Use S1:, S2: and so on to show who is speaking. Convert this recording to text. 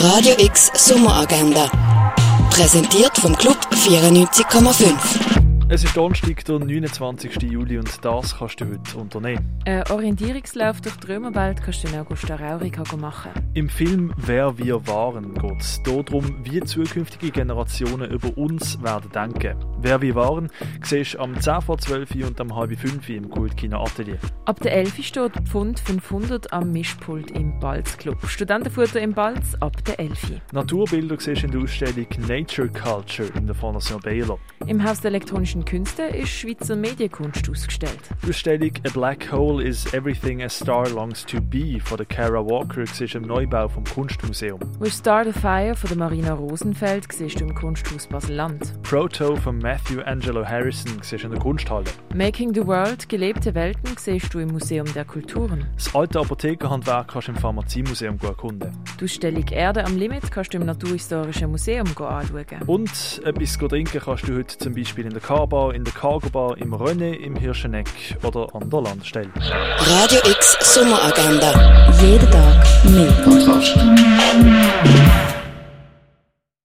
S1: Radio X Sommeragenda. Präsentiert vom Club 94,5.
S2: Es ist Donnerstag, der 29. Juli und das kannst du heute unternehmen.
S3: Einen Äh, Orientierungslauf durch den Römerwald kannst du in Augusta Raurica machen.
S2: Im Film «Wer wir waren» geht es darum, wie zukünftige Generationen über uns werden denken. «Wer wir waren» siehst du am 10 vor 12 Uhr und am halb 5 Uhr im Kultkino Atelier.
S3: Ab der 11 Uhr steht Pfund 500 am Mischpult im Balzclub. Studentenfutter im Balz ab der 11 Uhr.
S2: Naturbilder siehst du in der Ausstellung «Nature Culture» in der Fondation Baylor.
S3: Im Haus der elektronischen Künste ist Schweizer Medienkunst ausgestellt.
S2: Die Ausstellung «A Black Hole is Everything a Star Longs to Be» von der Kara Walker siehst du im Neubau vom Kunstmuseum.
S3: With Star the Fire von der Marina Rosenfeld siehst du im Kunsthaus Basel-Land.
S2: «Proto» von Matthew Angelo Harrison siehst du in der Kunsthalle.
S3: Making the World, gelebte Welten siehst du im Museum der Kulturen.
S2: Das alte Apothekerhandwerk kannst du im Pharmaziemuseum gut erkunden.
S3: Die Ausstellung Erde am Limit kannst du im Naturhistorischen Museum go anschauen.
S2: Und etwas zu trinken kannst du heute zum Beispiel in der Carbar, in der Cargo Bar, im René, im Hirscheneck oder an der Landstelle.
S1: Radio X Sommeragenda. Jeden Tag mehr.
S4: Kontrast.